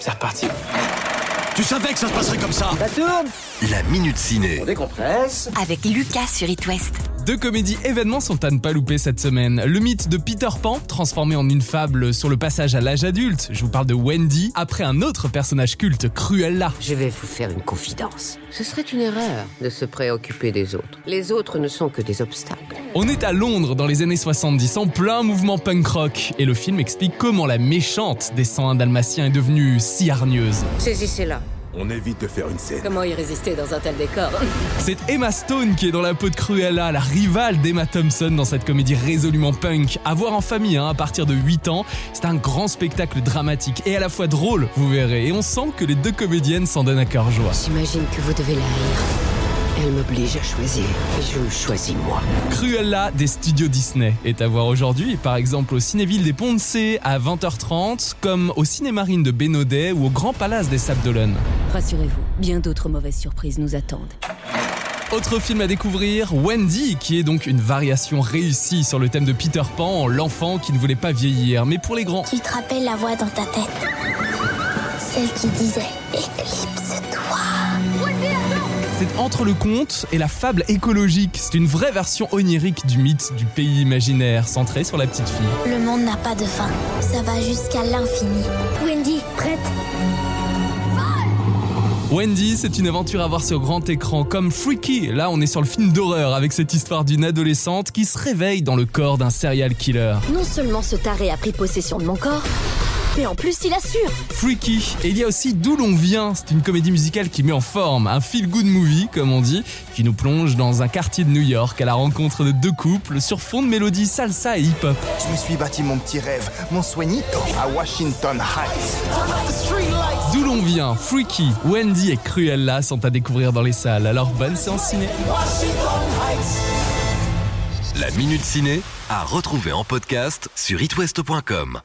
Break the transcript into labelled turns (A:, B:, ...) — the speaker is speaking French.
A: C'est reparti.
B: Tu savais que ça se passerait comme ça
C: Ça tourne
D: La Minute Ciné.
C: décompresse.
E: avec Lucas sur It West.
F: Deux comédies événements sont à ne pas louper cette semaine. Le mythe de Peter Pan, transformé en une fable sur le passage à l'âge adulte, je vous parle de Wendy, après un autre personnage culte, Cruella.
G: Je vais vous faire une confidence. Ce serait une erreur de se préoccuper des autres. Les autres ne sont que des obstacles.
F: On est à Londres dans les années 70, en plein mouvement punk rock, et le film explique comment la méchante des 101 Dalmatiens est devenue si hargneuse.
G: Saisissez-la.
D: On évite de faire une scène.
G: Comment y résister dans un tel décor
F: C'est Emma Stone qui est dans la peau de Cruella, la rivale d'Emma Thompson dans cette comédie résolument punk. À voir en famille hein, à partir de 8 ans, c'est un grand spectacle dramatique et à la fois drôle, vous verrez. Et on sent que les deux comédiennes s'en donnent à cœur joie.
G: J'imagine que vous devez la haïr. Elle m'oblige à choisir. Et je choisis moi.
F: Cruella des studios Disney est à voir aujourd'hui, par exemple au Cinéville des Ponts de Cé à 20h30, comme au Cinémarine de Bénodet ou au Grand Palace des Sables d'Olonne.
H: Rassurez-vous, bien d'autres mauvaises surprises nous attendent.
F: Autre film à découvrir, Wendy, qui est donc une variation réussie sur le thème de Peter Pan, l'enfant qui ne voulait pas vieillir, mais pour les grands.
I: Tu te rappelles la voix dans ta tête Celle qui disait Éclipse-toi.
F: C'est entre le conte et la fable écologique. C'est une vraie version onirique du mythe du pays imaginaire, centré sur la petite fille.
I: Le monde n'a pas de fin. Ça va jusqu'à l'infini. Wendy, prête
F: Wendy, c'est une aventure à voir sur grand écran, comme Freaky. Là, on est sur le film d'horreur avec cette histoire d'une adolescente qui se réveille dans le corps d'un serial killer.
H: Non seulement ce taré a pris possession de mon corps, mais en plus il assure
F: Freaky. Et il y a aussi D'où l'on vient. C'est une comédie musicale qui met en forme, un feel-good movie, comme on dit, qui nous plonge dans un quartier de New York à la rencontre de deux couples sur fond de mélodies salsa et hip-hop.
J: Je me suis bâti mon petit rêve, mon sueñito, à Washington Heights.
F: D'où l'on vient, Freaky, Wendy et Cruella sont à découvrir dans les salles. Alors bonne séance ciné.
D: La Minute Ciné à retrouver en podcast sur itwest.com.